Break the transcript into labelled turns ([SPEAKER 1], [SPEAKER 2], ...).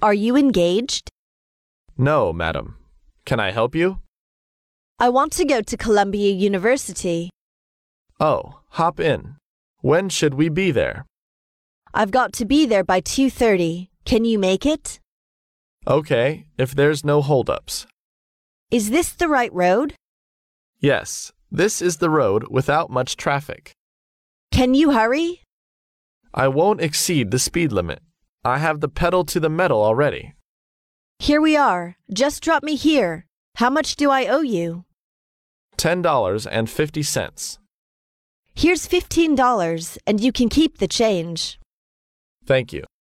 [SPEAKER 1] Are you engaged?
[SPEAKER 2] No, madam. Can I help you?
[SPEAKER 1] I want to go to Columbia University.
[SPEAKER 2] Oh, hop in. When should we be there?
[SPEAKER 1] I've got to be there by 2:30. Can you make it?
[SPEAKER 2] Okay, if there's no holdups.
[SPEAKER 1] Is this the right road?
[SPEAKER 2] Yes, this is the road without much traffic.
[SPEAKER 1] Can you hurry?
[SPEAKER 2] I won't exceed the speed limit. I have the pedal to the metal already.
[SPEAKER 1] Here we are. Just drop me here. How much do I owe you?
[SPEAKER 2] $10.50.
[SPEAKER 1] Here's $15 and you can keep the change.
[SPEAKER 2] Thank you.